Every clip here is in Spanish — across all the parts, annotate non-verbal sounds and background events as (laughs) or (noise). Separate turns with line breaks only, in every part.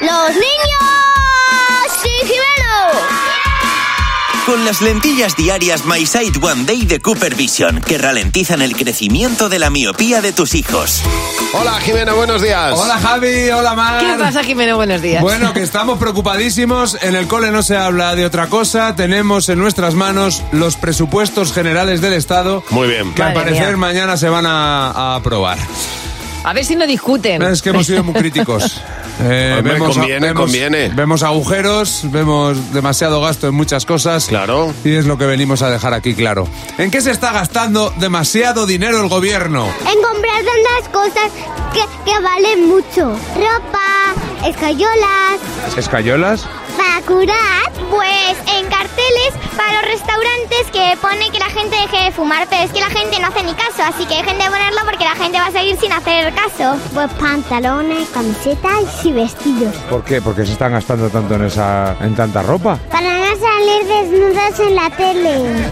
¡Los niños! ¡Sí,
Con las lentillas diarias My Sight One Day de Cooper Vision, que ralentizan el crecimiento de la miopía de tus hijos.
Hola Jimena, buenos días.
Hola Javi, hola Mar.
¿Qué pasa, Jimeno? Buenos días.
Bueno, que estamos preocupadísimos, en el cole no se habla de otra cosa, tenemos en nuestras manos los presupuestos generales del Estado
Muy bien.
que al
Madre
parecer
mía.
mañana se van a, a aprobar.
A ver si no discuten.
Es que hemos sido muy críticos.
(laughs)
Eh,
Hombre,
vemos,
conviene,
vemos-
conviene.
vemos agujeros, vemos demasiado gasto en muchas cosas.
Claro.
Y es lo que venimos a dejar aquí claro. ¿En qué se está gastando demasiado dinero el gobierno?
En comprar tantas cosas que, que valen mucho. Ropa, escayolas,
¿Escayolas?
para curar. Pues en carteles para los restaurantes que pone que la gente deje de fumar, pero es que la gente no hace ni caso, así que dejen de ponerlo porque la gente va a seguir sin hacer caso. Pues pantalones, camisetas y vestidos.
¿Por qué? Porque se están gastando tanto en esa en tanta ropa.
Para no salir desnudos en la tele.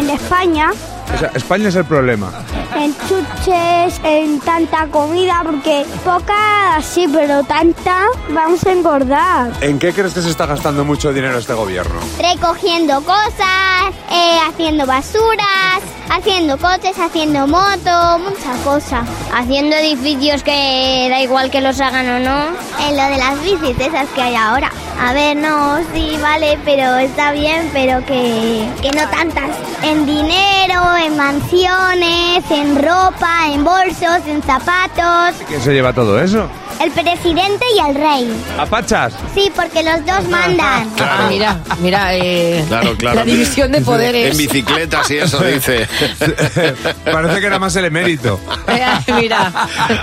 en España,
O sea, España es el problema.
en chuches, en tanta comida, porque poca sí, pero tanta, vamos a engordar.
¿En qué crees que se está gastando mucho dinero este gobierno?
Recogiendo cosas, eh, haciendo basuras, haciendo coches, haciendo moto, muchas cosas. Haciendo edificios que da igual que los hagan o no. En lo de las bicis esas que hay ahora. A ver, no, sí, vale, pero está bien, pero que, que no tantas. En dinero, en mansiones, en ropa, en bolsos, en zapatos.
¿Quién se lleva todo eso?
El presidente y el rey.
¡Apachas!
Sí, porque los dos mandan.
Claro.
Ah, mira, mira, eh,
Claro, claro.
la división de
En
poderes.
bicicletas y eso dice.
Parece que era más el
(laughs)
emérito.
Eh, (laughs) mira,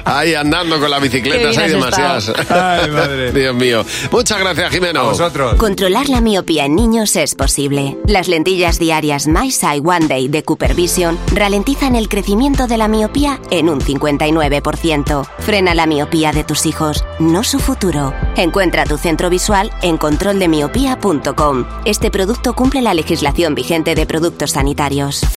Ahí andando con las bicicletas,
Qué
hay
bien has
demasiadas.
estado.
Ay, madre.
Dios mío. Muchas gracias, Jimeno.
A
Oh.
vosotros.
Controlar la miopía en niños es posible. Las lentillas diarias My Sight One Day de Cooper Vision ralentizan el crecimiento de la miopía en un 59%. Frena la miopía de tus hijos, no su futuro. Encuentra tu centro visual en controldemiopía.com. Este producto cumple la legislación vigente de productos sanitarios.